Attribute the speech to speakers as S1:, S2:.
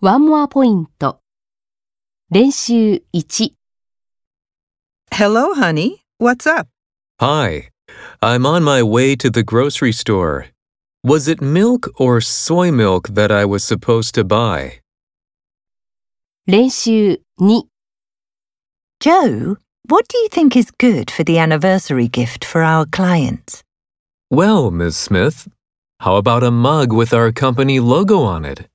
S1: ワンモアポイント。練習1、
S2: Hello, honey. What's up?
S3: Hi, I'm on my way to the grocery store. Was it milk or soy milk that I was supposed to buy?
S1: 練習2、
S2: Joe, what do you think is good for the anniversary gift for our clients?
S3: Well, Ms. Smith, how about a mug with our company logo on it?